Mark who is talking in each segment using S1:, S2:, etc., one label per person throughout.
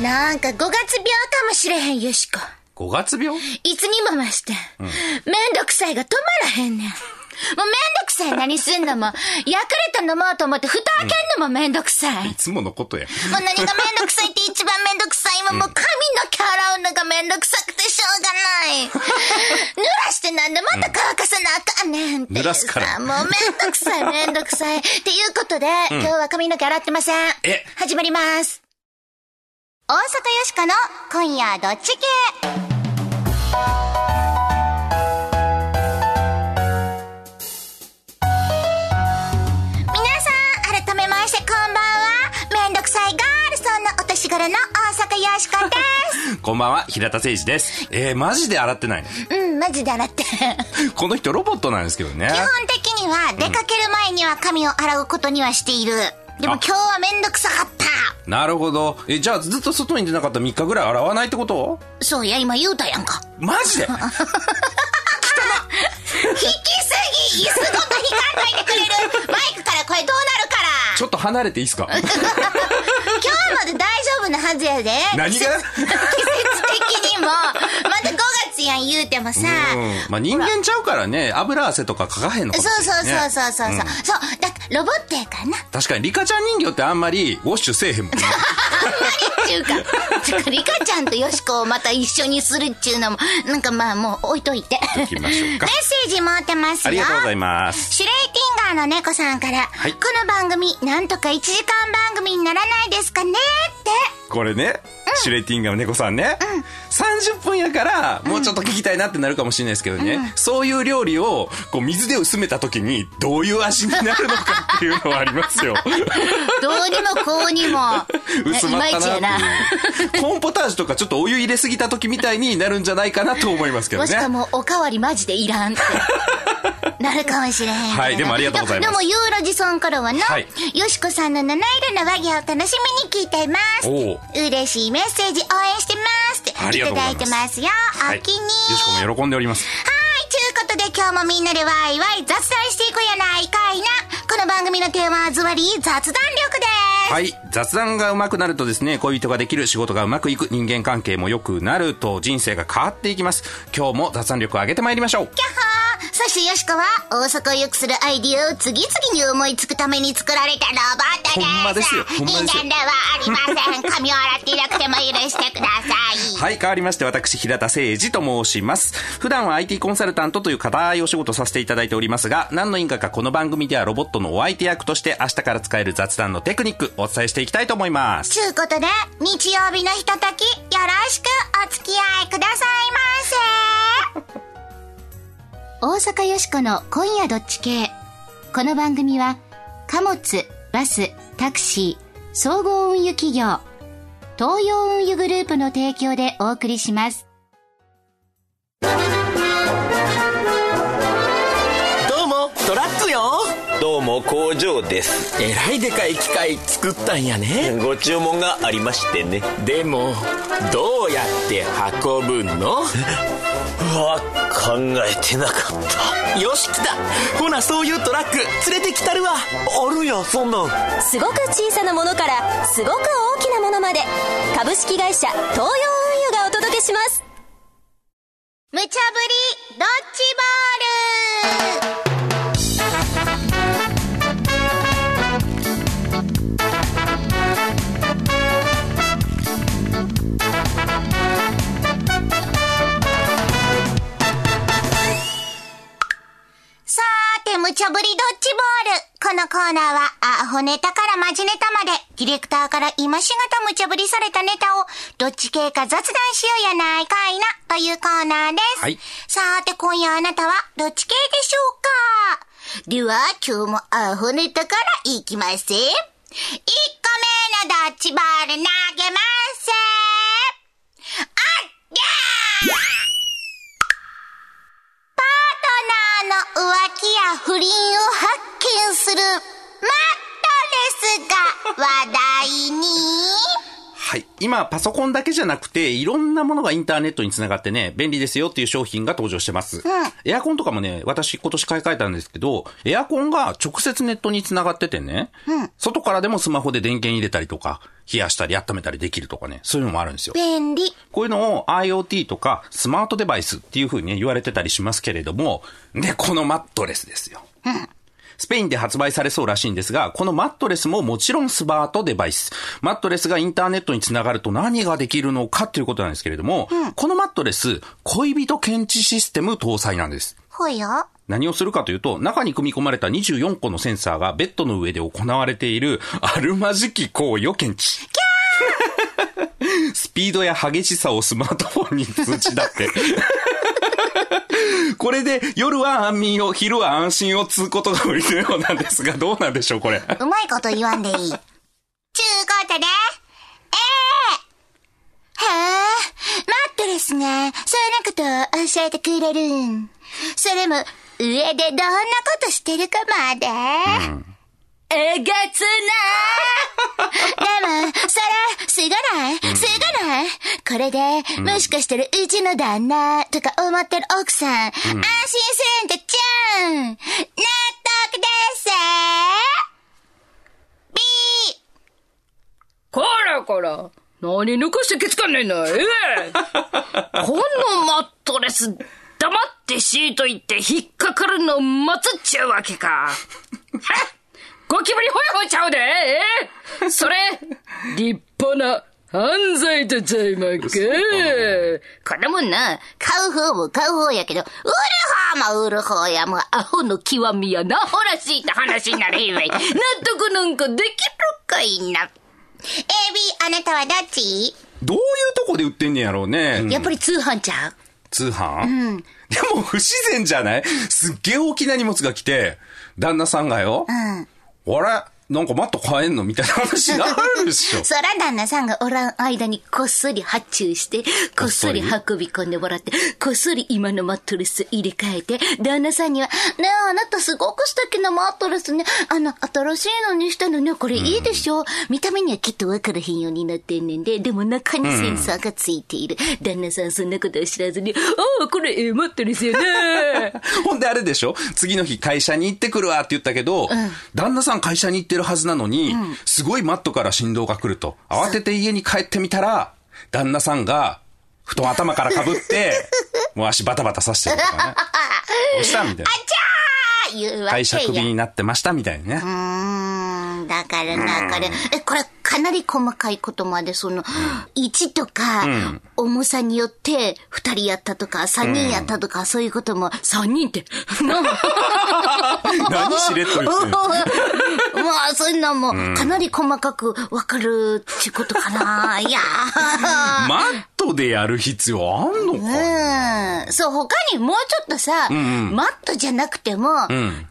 S1: なんか5月病かもしれへん、よしこ。
S2: 5月病
S1: いつにも増して、めんどくさいが止まらへんねん。もうめんどくさい何すんのも、ヤクルト飲もうと思って蓋開けんのもめんどくさい。
S2: いつものことや。
S1: もう何がめんどくさいって一番めんどくさい。今もう髪の毛洗うのがめんどくさくてしょうが ない。濡らしてなんでまた乾かさなあかんねんっていうさ。
S2: 濡らすから
S1: もうめんどくさい、めんどくさい。っていうことで、今日は髪の毛洗ってません。
S2: え
S1: 始まります。大阪よしかの今夜どっち系皆さん改めましてこんばんはめんどくさいガールソンのお年頃の大阪よしこで
S2: こんばんは、平田誠二です。えー、マジで洗ってないの
S1: すうんマジで洗って基本
S2: この人ロボットなんですけどね。
S1: 的には出かける前には髪を洗うことにはしているでも
S2: あ
S1: 今日はめんどくさかった
S2: なるほど。え、じゃあずっと外に出なかった3日ぐらい洗わないってこと
S1: そうや今言うたやんか
S2: マジで
S1: 引きすぎ椅子ごとに考えてくれる マイクから声どうなるから
S2: ちょっと離れてい いですか
S1: 今日まで大丈夫なはずやで
S2: 何が
S1: 季節的にもまた5月やん言うてもさ、
S2: うん。まあ、人間ちゃうからね、油汗とかかかへんのかもし
S1: そう
S2: れ
S1: そ
S2: な
S1: う
S2: い、
S1: そう
S2: う。
S1: そうそうそう、そうだからロボットやからな
S2: 確かに、リカちゃん人形ってあんまりウォッシュせえへんもん ね。
S1: っていう か、てかリカちゃんとヨシコをまた一緒にするっちゅうのも、なんかまあもう置いといて。メ
S2: 行きましょう
S1: ッ
S2: か。
S1: セージ持ってますよ。
S2: ありがとうございます。
S1: シュレイティンガーの猫さんから、
S2: い
S1: この番組、なんとか1時間番組にならないですかね って。
S2: これね、シュレーティンガーの猫さんね、30分やからもうちょっと聞きたいなってなるかもしれないですけどね、そういう料理をこう水で薄めた時にどういう味になるのかっていうのはありますよ
S1: どうにもこうにも。
S2: 薄まったなっていうコーンポタージュとかちょっとお湯入れすぎた時みたいになるんじゃないかなと思いますけど
S1: も
S2: ね
S1: しかも、おかわりマジでいらんって。 なるかもしれへんけどな。
S2: はいでもありがとうございます
S1: でも、ユーロジソンからはな、
S2: はい
S1: よしこさんの七色の和芸を楽しみに聞いています。
S2: おう
S1: 嬉しいメッセージ応援してますって。
S2: ありがとうござい
S1: た
S2: ま
S1: だいてます
S2: す
S1: よ。
S2: は
S1: お気に入り。
S2: よしこも喜んでおります
S1: はい、ちゅうことで今日もみんなでワイワイ雑談していこうやないかいな。この番組のテーマはズバリ雑談力です。
S2: はい。雑談が上手くなるとですね、恋人ができる、仕事がうまくいく、人間関係も良くなると、人生が変わっていきます。今日も雑談力を上げてまいりましょう。
S1: キャッホーそしてよしこは大阪を良くするアイディアを次々に思いつくために作られたロボットです。
S2: ほんまですよほんまですよ
S1: 人間ではありません。髪を洗っていなくても許してください。
S2: はい、変わりまして私、平田誠二と申します。普段は IT コンサルタントという固いお仕事をさせていただいておりますが、何の因果かこの番組ではロボットのお相手役として明日から使える雑談のテクニックお伝えしていきたいと思います。
S1: ちゅうことで、日曜日のひととき、よろしくお付き合いくださいませ。大阪よしこの今夜どっち系。この番組は、貨物、バス、タクシー、総合運輸企業、東洋運輸グループの提供でお送りします。
S3: どうもトラックよ
S4: どうも工場です
S3: えらいでかい機械作ったんやね
S4: ご注文がありましてね
S3: でもどうやって運ぶの
S4: うわ考えてなかっ
S3: よし来たほなそういうトラック連れてきたるわ
S4: たあるやんそんなん
S5: すごく小さなものからすごく大きなものまで株式会社東洋運輸がお届けします
S1: 無茶ぶりドッジボールさーて、無茶ぶりドッジボール。このコーナーは、アホネタからマジネタまで、ディレクターから今しがた無茶ぶりされたネタを、どっち系か雑談しようやないかいな、というコーナーです。
S2: はい
S1: さーて、今夜あなたは、どっち系でしょうかでは、今日もアホネタからいきますぜ。1個目のドッジボール投げますあっやーパートナーの浮気や不倫を発見するマットレスが話題に
S2: はい。今、パソコンだけじゃなくて、いろんなものがインターネットにつながってね、便利ですよっていう商品が登場してます。エアコンとかもね、私今年買い替えたんですけど、エアコンが直接ネットにつながっててね、外からでもスマホで電源入れたりとか、冷やしたり温めたりできるとかね、そういうのもあるんですよ。
S1: 便利。
S2: こういうのを IoT とかスマートデバイスっていう風にね、言われてたりしますけれども、ね、このマットレスですよ。スペインで発売されそうらしいんですが、このマットレスももちろんスマートデバイス。マットレスがインターネットにつながると何ができるのかっていうことなんですけれども、このマットレス、恋人検知システム搭載なんです。
S1: ほよ。
S2: 何をするかというと、中に組み込まれた24個のセンサーがベッドの上で行われている、あるまじき行為を検知。スピードや激しさをスマートフォンに通知だ って。これで夜は安眠を、昼は安心を通うことが売りのようなんですが、どうなんでしょう、これ。
S1: うまいこと言わんでいい。ちゅうことで、ええへえ、マットレスが、そうなこと教えてくれるん。それも、上でどんなことしてるかまで。えげつないでも、それ、すごないすごないこれで、もしかしたらうちの旦那とか思ってる奥さん、安心するんとちゃうん納得です
S6: こらこら、何抜かしてケツかんねえんだ、え えこのマットレス、黙って敷いといて引っかかるのを待つっちゅうわけか。はっゴキブリホイホイちゃうで、ええそれ、立派な犯罪とちゃいまっか。こんなもんな、買う方も買う方やけど、売る方も売る方や、もうアホの極みやな、ほらしいって話になれへんわい。納得なんかできるかいな。
S1: AB、あなたはどっち、
S2: どういうとこで売ってんねやろうね。
S6: やっぱり通販ちゃう
S2: 通販でも不自然じゃないすっげえ大きな荷物が来て、旦那さんがよ、あれなんかマット買えんのみたいな話になるでしょ。
S6: そら旦那さんがおらん間にこっそり発注して、こっそり運び込んでもらって、こっそり今のマットレス入れ替えて、旦那さんには、ねえ、あなたすごく素敵なマットレスね。あの、新しいのにしたのね。これいいでしょ、見た目にはきっとわからへんようになってんねんで、でも中にセンサーがついている。旦那さんそんなことは知らずに、ああ、これええマットレスよね。
S2: ほんであれでしょ次の日会社に行ってくるわって言ったけど、旦那さん会社に行ってるはずなのに、すごいマットから振動が来ると。慌てて家に帰ってみたら、旦那さんが、布団頭からかぶ って、もう足バタバタさしてるとか ね。どうしたみたいな。
S1: あ、言うわけや。
S2: 会社クビになってましたみたいなね。
S1: うーんだからな、これ、え、これかなり細かいことまで、その、位置とか、重さによって、二人やったとか、三人やったとか、そういうことも、
S6: 三人って、
S2: 何しれっと 言ってんの
S1: まあ、そんなんも、かなり細かくわかるっていうことかな。いや
S2: マットでやる必要あんのかな
S1: ーうん。そう、他にもうちょっとさ、マットじゃなくても、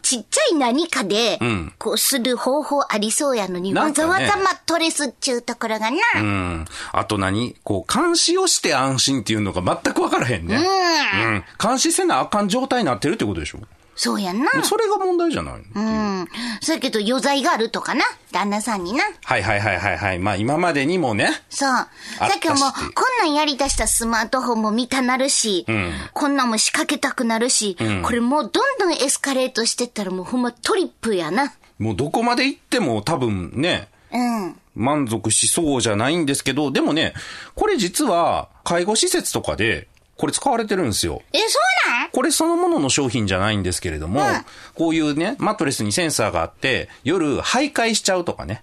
S1: ちっちゃい何かで、
S2: ん
S1: こうする方法ありそうやのに、
S2: な
S1: わ
S2: んか
S1: ざ
S2: ね
S1: わざマットレスっちゅうところがな。
S2: うん。あと何こう、監視をして安心っていうのが全くわからへんね。うん。監視せなあかん状態になってるってことでしょ
S1: そうやな。
S2: それが問題じゃないの
S1: うん。そうやけど余罪があるとかな。旦那さんにな。
S2: はいはいはいはいはい。まあ今までにもね。
S1: そう。さっきはもう、
S2: あったし
S1: こんなんやり出したスマートフォンも見たなるし、こんなんも仕掛けたくなるし、これもうどんどんエスカレートしてったらもうほんまトリップやな。
S2: もうどこまで行っても多分ね、
S1: うん。
S2: 満足しそうじゃないんですけど、でもね、これ実は介護施設とかで、これ使われてるんですよ。
S1: え、そうなん
S2: これそのものの商品じゃないんですけれども、こういうね、マットレスにセンサーがあって、夜徘徊しちゃうとかね、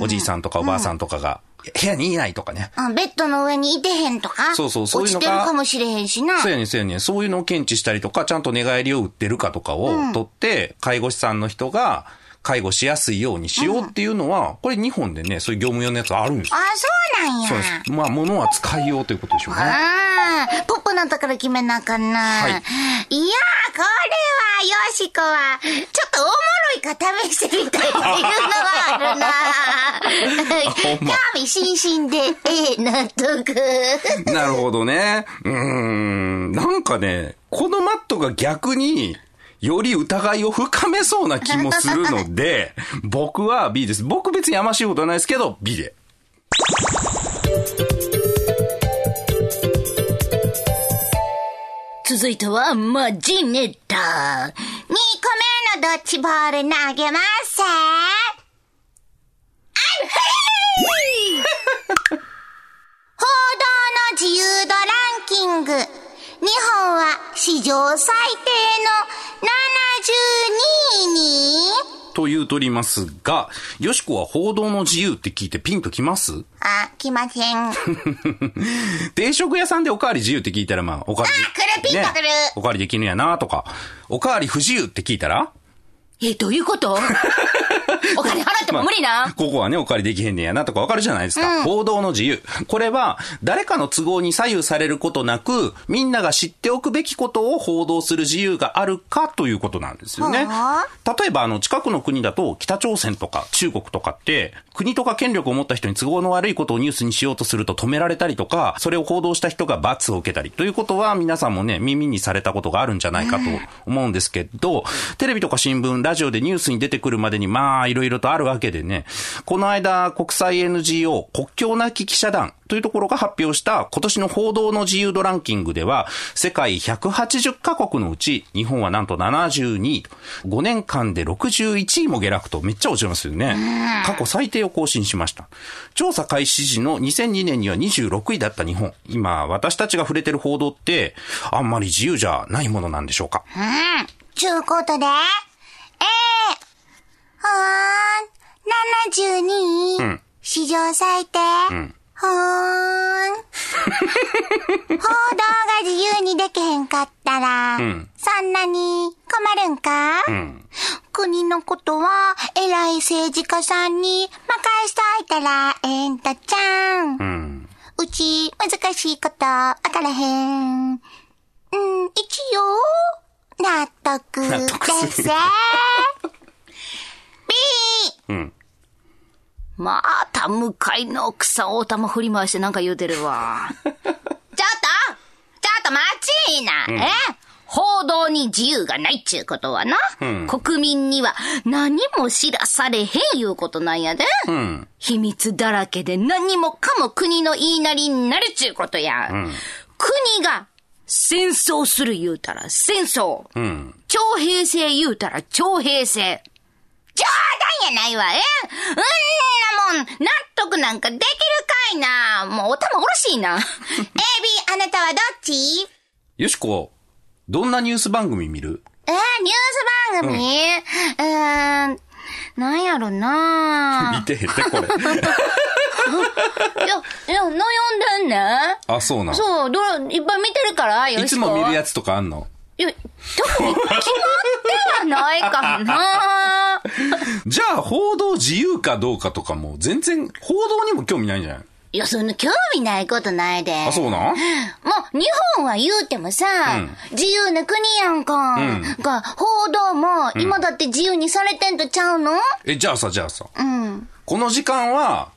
S2: おじいさんとかおばあさんとかが、部屋にいないとかね。
S1: あベッドの上にいてへんとか。
S2: そうそうそうい
S1: 落
S2: うの
S1: ち
S2: が
S1: てるかもしれへんしな。
S2: そうやねんそうやねんそういうのを検知したりとか、ちゃんと寝返りを打ってるかとかを取って、介護士さんの人が介護しやすいようにしようっていうのは、これ日本でね、そういう業務用のやつあるんですよ。
S1: あ、そうなんや。
S2: そうです。まあ、物は使いようということでしょうね。
S1: ああ、ポップのところ決めなあかんな。、
S2: はいい
S1: やー、これは、よしこは、ちょっとおもろいか試してみたいっていうの はあるな
S2: ほん
S1: 興
S2: ま
S1: 味津々で、ええ納得。
S2: なるほどね。うーん。なんかね、このマットが逆に、より疑いを深めそうな気もする ので、僕は B です。僕別にやましいことはないですけど、B で。
S6: 続いては、マジネタ。
S1: 2個目のドッジボール投げます せー報道の自由度ランキング。日本は史上最低の72位に、
S2: と言うとりますが、よしこは報道の自由って聞いてピンときます
S1: あ、来ません。あ、来る
S2: 定食屋さんでおかわり自由って聞いたら、まあ、おかわり。
S1: ピンとくる。
S2: ねおかわりできるんやなとか、おかわり不自由って聞いたら、
S6: え、どういうこと お金払っても無理
S2: まあ
S6: な。
S2: ここはね、お借りできへんねやなとかわかるじゃないですか。報道の自由。これは、誰かの都合に左右されることなく、みんなが知っておくべきことを報道する自由があるかということなんですよね。
S1: は
S2: 例えば、あの、近くの国だと、北朝鮮とか中国とかって、国とか権力を持った人に都合の悪いことをニュースにしようとすると止められたりとか、それを報道した人が罰を受けたりということは、皆さんもね、耳にされたことがあるんじゃないかと思うんですけど、テレビとか新聞、ラジオでニュースに出てくるまでに、まあ、いろいろとあるわけでね、この間、国際 NGO、国境なき記者団というところが発表した今年の報道の自由度ランキングでは、世界180カ国のうち、日本はなんと72位と、5年間で61位も下落と、めっちゃ落ちますよね。過去最低を更新しました。調査開始時の2002年には26位だった日本。今、私たちが触れてる報道って、あんまり自由じゃないものなんでしょうか。
S1: ちゅうことで、えー、ほーん、72位、史上最低、ほー ん。報道が自由にできへんかったら、そんなに困るんか、国のことは偉い政治家さんに任しといたらええんとちゃん。う
S2: うん。
S1: ち難しいことわからへん。うん、一応、納得
S2: 納得
S1: ですす。
S2: る
S1: B!
S6: また向かいの草を玉振り回してなんか言うてる わ。ちょっとちょっと待ちいな、え報道に自由がないっちゅうことはな、国民には何も知らされへんいうことなんやで。
S2: うん。
S6: 秘密だらけで何もかも国の言いなりになるっちゅうことや。国が戦争する言うたら戦争。
S2: うん。
S6: 徴兵制言うたら徴兵制。冗談やないわ、えうんなもん、納得なんかできるかいな。もうお玉おろしい な。
S1: AB、あなたはどっち
S2: よしこ、どんなニュース番組見る
S1: えー、ニュース番組、うーん、なんやろな
S2: 見てへんって、これ。
S6: いや、いや、悩んでんね。
S2: あ、そうなん。
S6: そう、どれいっぱい見てるから、よし
S2: い
S6: こ
S2: つも見るやつとかあんの
S6: いや、特に決まってはないか な。
S2: じゃあ、報道自由かどうかとかも、全然、報道にも興味ないんじゃない
S1: いや、そんな興味ないことないで。
S2: あ、そうな
S1: も
S2: ん
S1: う、日本は言うてもさ、自由な国やんか。が、報道も、今だって自由にされてんとちゃうの、
S2: え、じゃあさ、じゃあさ。この時間は、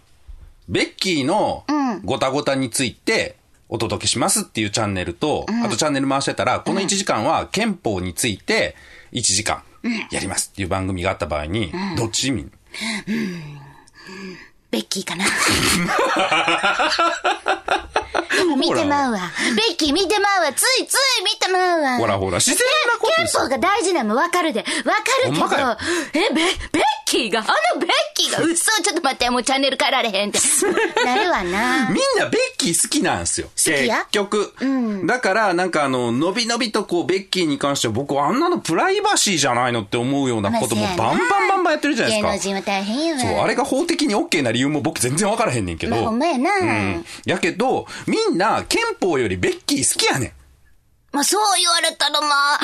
S2: ベッキーのごたごたについてお届けしますっていうチャンネルと、あとチャンネル回してたら、この1時間は憲法について1時間やりますっていう番組があった場合に、どっち見る
S1: ベッキー かな。今見てまうわ。ベッキー見てまうわ。ついつい見てまうわ。
S2: ほらほら、自然なこと
S1: 憲
S2: ですよ
S1: 法が大事なのわかるで。わ
S2: ほんまか
S1: か
S2: よ
S1: るけど、え、ベ、ベッキーが、あのベッキーが、嘘、ちょっと待って、もうチャンネル変えられへん って。なるわな。
S2: みんなベッキー好きなんですよ。
S1: きや
S2: 結局。だから、なんかあの、のびのびとこう、ベッキーに関しては僕はあんなのプライバシーじゃないのって思うようなことも
S1: まあ
S2: バンバンバンバンやってるじゃない
S1: 芸能
S2: ですか。
S1: 人は大変やわ。
S2: そう、あれが法的に OK な理由も僕全然わからへんねんけ
S1: まあ、
S2: ど。
S1: ほんまやな。
S2: うん。やけど、みんな憲法よりベッキー好きやねん。
S1: まあ、そう言われたらまあ、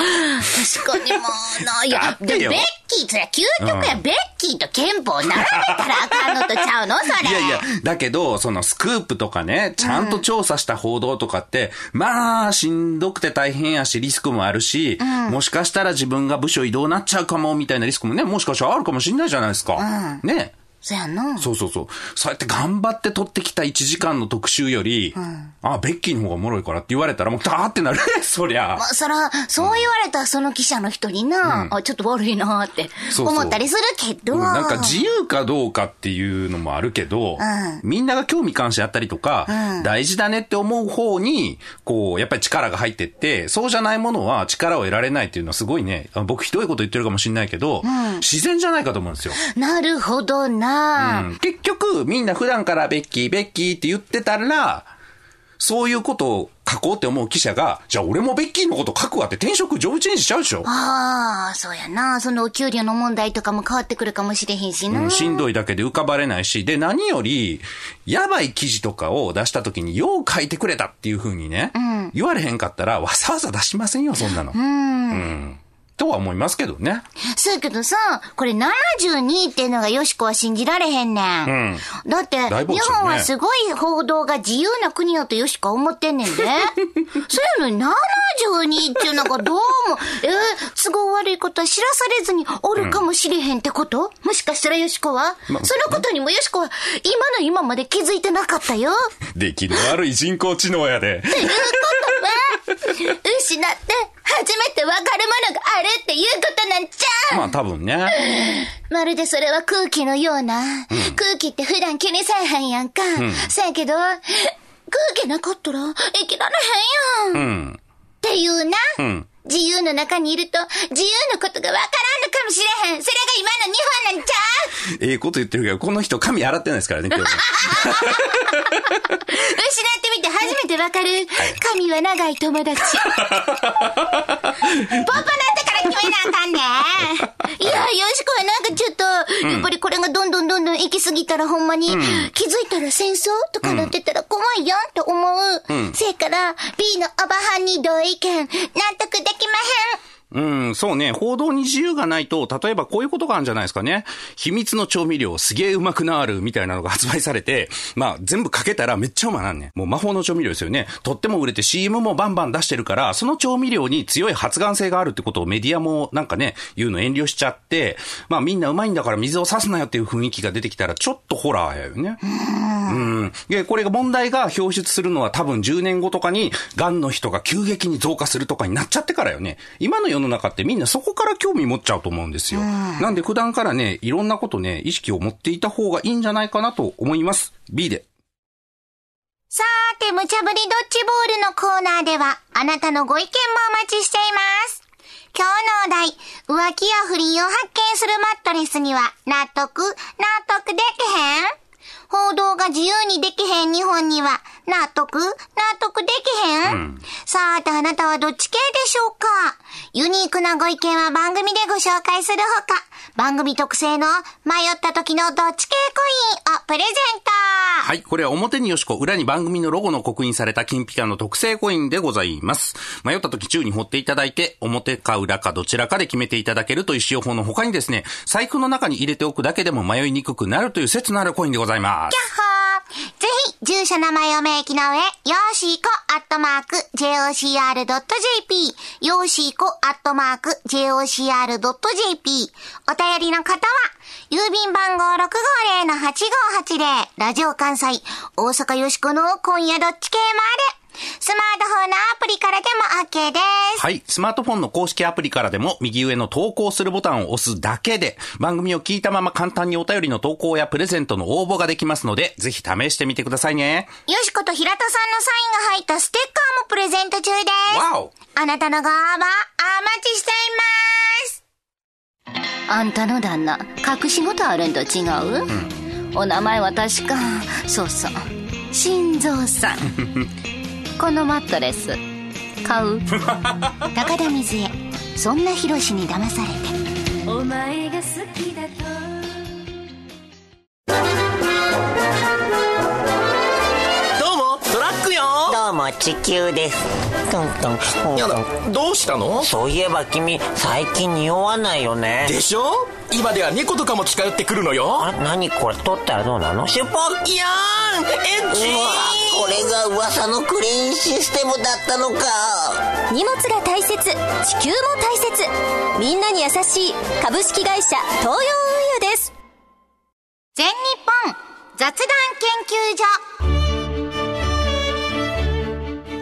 S1: 確かにも うな、いや
S2: だ、って
S1: で、ベ
S2: よ
S1: ッキー、そりゃ究極や、ベッキーと憲法並べたらあかんのとちゃうのそれ。
S2: いやいや、だけど、そのスクープとかね、ちゃんと調査した報道とかって、まあ、しんどくて大変やし、リスクもあるし、もしかしたら自分が部署移動なっちゃうかも、みたいなリスクもね、もしかしたらあるかもしんないじゃないですか。ね。
S1: そやな。
S2: そうそうそう。そうやって頑張って撮ってきた1時間の特集より、あ、ベッキーの方がおもろいからって言われたらもうダーってなる ね、そりゃ
S1: ま。あ、そら、そう言われたらその記者の人にな、あ、ちょっと悪いなって
S2: そうそう
S1: 思ったりするけど。
S2: うんなんか自由かどうかっていうのもあるけど、
S1: う
S2: みんなが興味関心あったりとか、大事だねって思う方に、こう、やっぱり力が入ってって、そうじゃないものは力を得られないっていうのはすごいね、あ僕ひどいこと言ってるかもしれないけど、自然じゃないかと思うんですよ。
S1: なるほどな、
S2: 結局、みんな普段からベッキー、ベッキーって言ってたら、そういうことを書こうって思う記者が、じゃあ俺もベッキーのこと書くわって転職ジョブチェンジしちゃうでしょ。
S1: ああ、そうやな。そのお給料の問題とかも変わってくるかもしれへんしな。
S2: うん、しんどいだけで浮かばれないし、で、何より、やばい記事とかを出した時に、よう書いてくれたっていう風にね、言われへんかったら、わざわざ出しませんよ、そんなの。うんとは思いますけどね。
S1: そうやけどさ、これ72っていうのがよしこは信じられへんねん。だって、
S2: 大暴走ね
S1: 日本はすごい報道が自由な国やとよしこは思ってんねんで。そ うやのに72っていうのがどうも、 えー、都合悪いことは知らされずにおるかもしれへんってこと、もしかしたらよしこは、
S2: まあ
S1: そのことにもよしこは今の今まで気づいてなかったよ。
S2: 出来の悪い人工知能や で。
S1: という ことは、失って初めてわかるものがあるっていうことなんじゃん
S2: まあ多分ね。
S1: まるでそれは空気のような。空気って普段気にせえへんやんか。せやけど、空気なかったら生きられへんやん。
S2: う
S1: っ
S2: ん。
S1: ていうな。
S2: ん
S1: 自由の中にいると、自由のことがわからんのかもしれへん。それが今の日本なんちゃう
S2: ええこと言ってるけど、この人髪洗ってないですからね、今日ね。
S1: 失ってみて初めてわかる。神は長い友 達。ポンポなんてから決めなあか んねいや、よしこはなんかちょっと、やっぱりこれがどんどんどんどん行き過ぎたらほんまに、気づいたら戦争とかなってたら怖いやんと思う。せやから、B のおばはんに同意見、納得できまへん。
S2: うん、そうね。報道に自由がないと、例えばこういうことがあるんじゃないですかね。秘密の調味料すげえうまくなるみたいなのが発売されて、まあ全部かけたらめっちゃうまなんね。もう魔法の調味料ですよね。とっても売れて CM もバンバン出してるから、その調味料に強い発がん性があるってことをメディアもなんかね、言うの遠慮しちゃって、まあみんなうまいんだから水を差すなよっていう雰囲気が出てきたらちょっとホラーやよね。うん。で、これが問題が表出するのは多分10年後とかに、癌の人が急激に増加するとかになっちゃってからよね。今の世の中ってみんなそこから興味持っちゃうと思うんですよ。なんで普段からね、いろんなことね、意識を持っていた方がいいんじゃないかなと思います。B で。
S1: さーて、無茶ぶりドッジボールのコーナーでは、あなたのご意見もお待ちしています。今日のお題、浮気や不倫を発見するマットレスには、納得、納得できへん報道が自由にできへん日本には、納得、納得できへん、さーて、あなたはどっち系でしょうかユニークなご意見は番組でご紹介するほか、番組特製の迷った時のどっち系コインをプレゼント
S2: はい。これは表によしこ、裏に番組のロゴの刻印された金ピカの特製コインでございます。迷った時宙に掘っていただいて、表か裏かどちらかで決めていただけるという使用法の他にですね、財布の中に入れておくだけでも迷いにくくなるという説のあるコインでございます。
S1: はーぜひ、住所名前を明記の上、よーしーこアットマーク、jocr.jp、よーしーこアットマーク、jocr.jp。お便りの方は、郵便番号650-8580、ラジオ関西、大阪よしこの今夜どっち系もある。スマートフォンのアプリからでも OK です。
S2: はい。スマートフォンの公式アプリからでも、右上の投稿するボタンを押すだけで、番組を聞いたまま簡単にお便りの投稿やプレゼントの応募ができますので、ぜひ試してみてくださいね。
S1: よしこと平田さんのサインが入ったステッカーもプレゼント中です。
S2: わお
S1: あなたのご応募、お待ちしています。あんたの旦那、隠し事あるんと違う、お名前は確か、そうそう、心臓さん。このマットレス、買う高田水江、そんなヒロシに騙されて。
S5: お前が好きだと
S3: どうもトラックよ
S7: どうも地球ですトントントン
S3: や
S7: ト
S3: だ
S7: ン
S3: どうしたの
S7: そういえば君最近匂わないよね
S3: でしょ今では猫とかも近寄ってくるのよ
S7: あ何これ取ったらどうなのシュポッ
S3: いやーんエッ
S7: う
S3: チ
S7: わこれが噂のクリーンシステムだったのか
S5: 荷物が大切地球も大切みんなに優しい株式会社東洋運輸です
S1: 全日本雑談研究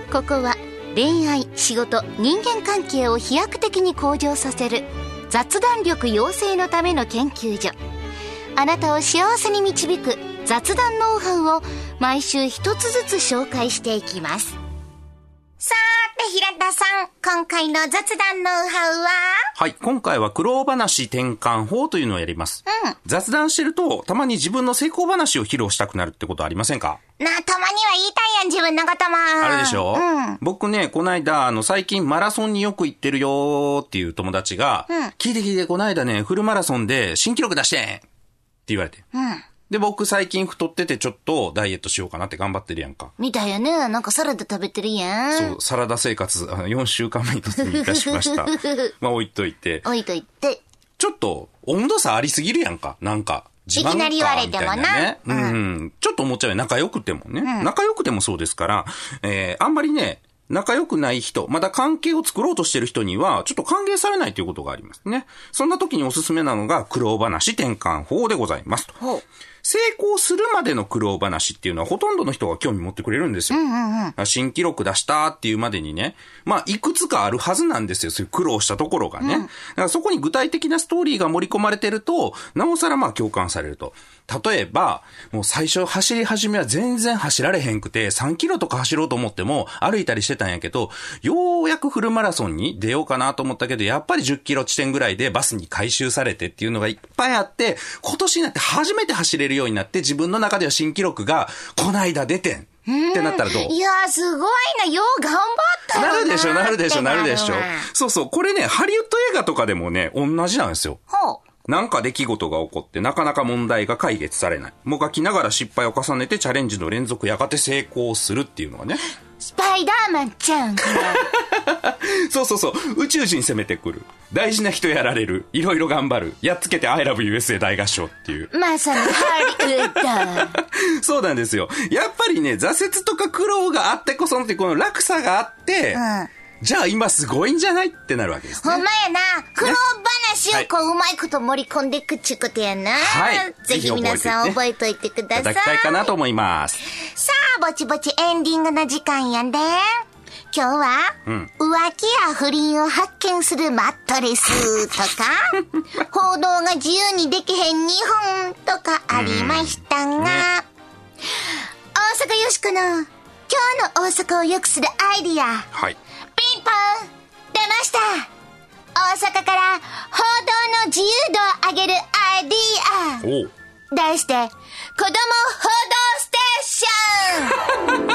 S1: 所ここは恋愛仕事人間関係を飛躍的に向上させる雑談力養成のための研究所あなたを幸せに導く雑談ノウハウを毎週一つずつ紹介していきますさーて平田さん今回の雑談ノウハウは
S2: はい。今回は苦労話転換法というのをやります。雑談してると、たまに自分の成功話を披露したくなるってことありませんか
S1: なあたまには言いたいやん自分のことも
S2: あ
S1: あ
S2: れでしょ、
S1: うん
S2: 僕ね、こないだ、あの、最近マラソンによく行ってるよーっていう友達が、聞いて聞いて、こないだね、フルマラソンで新記録出してんって言われて。で、僕最近太っててちょっとダイエットしようかなって頑張ってるやんか。
S1: みたいやね。なんかサラダ食べてるやん。
S2: そう、サラダ生活、あの4週間目に突入いたしました。まあ置いといて、
S1: 置いといて。
S2: ちょっと温度差ありすぎるやんか、なんか。自
S1: い
S2: 慢か
S1: きなり言われてもな
S2: みたいねうん、ちょっと思っちゃうよ。仲良くてもね、仲良くてもそうですから、えー、あんまりね、仲良くない人、また関係を作ろうとしてる人には、ちょっと歓迎されないということがありますね。そんな時におすすめなのが、苦労話転換法でございますと。成功するまでの苦労話っていうのは、ほとんどの人が興味持ってくれるんですよ。新記録出したっていうまでにね、まあ、いくつかあるはずなんですよ。そういう苦労したところがね。だからそこに具体的なストーリーが盛り込まれてると、なおさらまあ共感されると。例えば、もう最初走り始めは全然走られへんくて、3キロとか走ろうと思っても歩いたりしてたんやけど、ようやくフルマラソンに出ようかなと思ったけど、やっぱり10キロ地点ぐらいでバスに回収されてっていうのがいっぱいあって、今年になって初めて走れるようになって、自分の中では新記録が、こないだ出てん。ってなったらどう
S1: いやー、すごいな。よう頑張った
S2: な
S1: よ
S2: るでしょ、なるでしょ、なるでしょ
S1: って。
S2: そうそう、これね、ハリウッド映画とかでもね、同じなんですよ。
S1: ほう。
S2: なんか出来事が起こって、なかなか問題が解決されない。もがきながら失敗を重ねてチャレンジの連続、やがて成功するっていうのがね。
S1: スパイダーマンちゃん。
S2: そうそうそう、宇宙人攻めてくる。大事な人やられる。いろいろ頑張る。やっつけて I love USA 大合唱っていう。
S1: まさにハリウッド。
S2: そうなんですよ。やっぱりね、挫折とか苦労があってこそのって、この落差があって、
S1: ん
S2: じゃあ今すごいんじゃないってなるわけですね。
S1: ほんまやな。苦労話をこう、うまいこと盛り込んでいくっちゅうことやな。
S2: はい
S1: ぜひ皆さん
S2: ぜひ
S1: 覚えといてく
S2: い
S1: ださ
S2: ただ
S1: い。
S2: きたいかなと思います。
S1: さあ、ぼちぼちエンディングの時間やんで。今日は、浮気や不倫を発見するマットレスとか、報道が自由にできへん日本とかありましたが、大阪よしこの今日の大阪を良くするアイディア、
S2: はい。
S1: ピンポン出ました大阪から報道の自由度を上げるアイディア
S2: おう
S1: 題して、子供報道ステー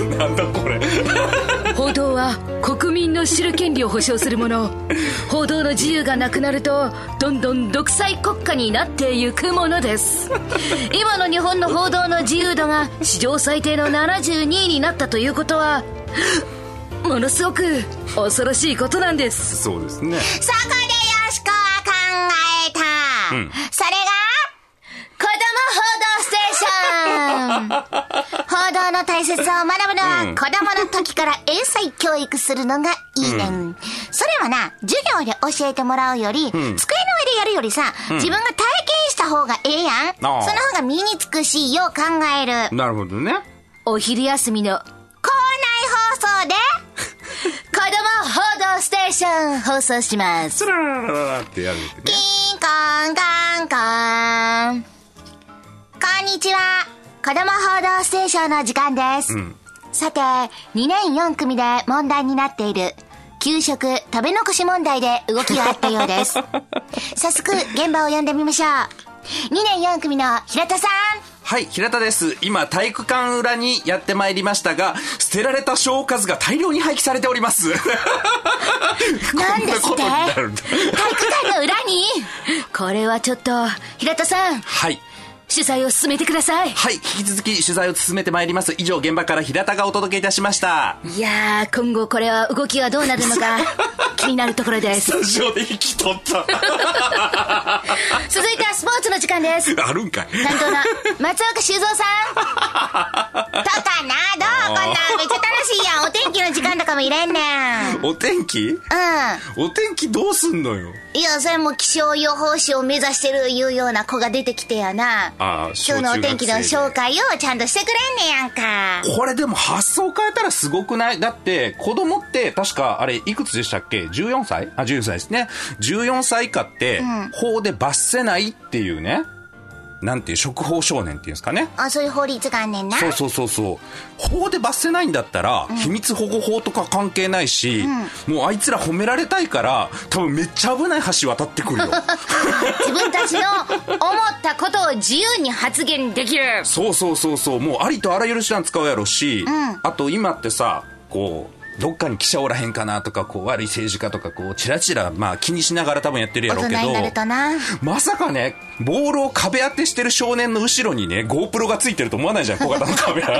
S1: ション
S2: なんだこれ。
S6: 報道は国民の知る権利を保障するもの報道の自由がなくなるとどんどん独裁国家になってゆくものです今の日本の報道の自由度が史上最低の72位になったということはものすごく恐ろしいことなんです
S2: そうですね。
S1: そこでよしこは考えた、
S2: ん
S1: それが、子供報道ステー ション報道の大切さを学ぶのは、
S2: うん
S1: 子供の時から英才教育するのがいいねん。それはな、授業で教えてもらうより、机の上でやるよりさ、自分が体験した方がええやん。その
S2: あー
S1: 方が身につくし、よう考える。校内
S2: なるほどね。
S6: お昼休みの
S1: 放 送で、子供報道ステーション放送します。
S2: スラララララってやるん
S1: キ
S2: でね。
S1: ンコンカンカン。こんにちは。子供報道ステーションの時間です。
S2: ん
S1: さて、2年4組で問題になっている、給食食べ残し問題で動きがあったよう です。早速、現場を呼んでみましょう。2年4組の平田さん。
S2: はい、平田です。今、体育館裏にやってまいりましたが、捨てられた小数が大量に廃棄されております。
S1: なんです
S2: こ
S1: って
S2: んなことになるんだ
S1: 体育館の裏に
S6: これはちょっと平田さん
S2: はい。
S6: 取材を進めてください
S2: はい、引き続き取材を進めてまいります。以上、現場から平田がお届けいたしました。
S6: いやー今後これは動きがどうなるのか 気になるところです
S2: ラジオで引き取 った。
S6: 続いてはスポーツの時間です
S2: あるんかい。
S1: 担当の松岡修造さんとかなどうこんなんめっちゃ楽しいやんお天気の時間とかもいれんねん。うん。
S2: お天気お天気どうすんのよ。
S1: いや、それも気象予報士を目指してるいうような子が出てきてやな。
S2: ああ
S1: 今日のお天気の
S2: 小中
S1: 紹
S2: 学
S1: 介をちゃんとしてくれんねやんか。
S2: これでも発想変えたらすごくないだって、子供って確か、あれ、いくつでしたっけ ?14 歳あ、14歳ですね。14歳以下って、法で罰せないっていうね、なんていう、職法少年っていうんですかね。
S1: あ、そういう法律があんねんな。
S2: そうそうそうそう。法で罰せないんだったら、秘密保護法とか関係ないし、もうあいつら褒められたいから、多分めっちゃ危ない橋渡ってくるよ。
S6: 自分たちの思ったことを自由に発言できる。
S2: そうそうそうそうもうありとあらゆる手段使うやろし、あと今ってさこうどっかに記者おらへんかなとかこう悪い政治家とかこうチラチラまあ気にしながら多分やってるや
S1: 大人
S2: ろうけ
S1: になると
S2: ど
S1: な。
S2: まさかねボールを壁当てしてる少年の後ろにね GoPro がついてると思わないじゃん小型のカ メラ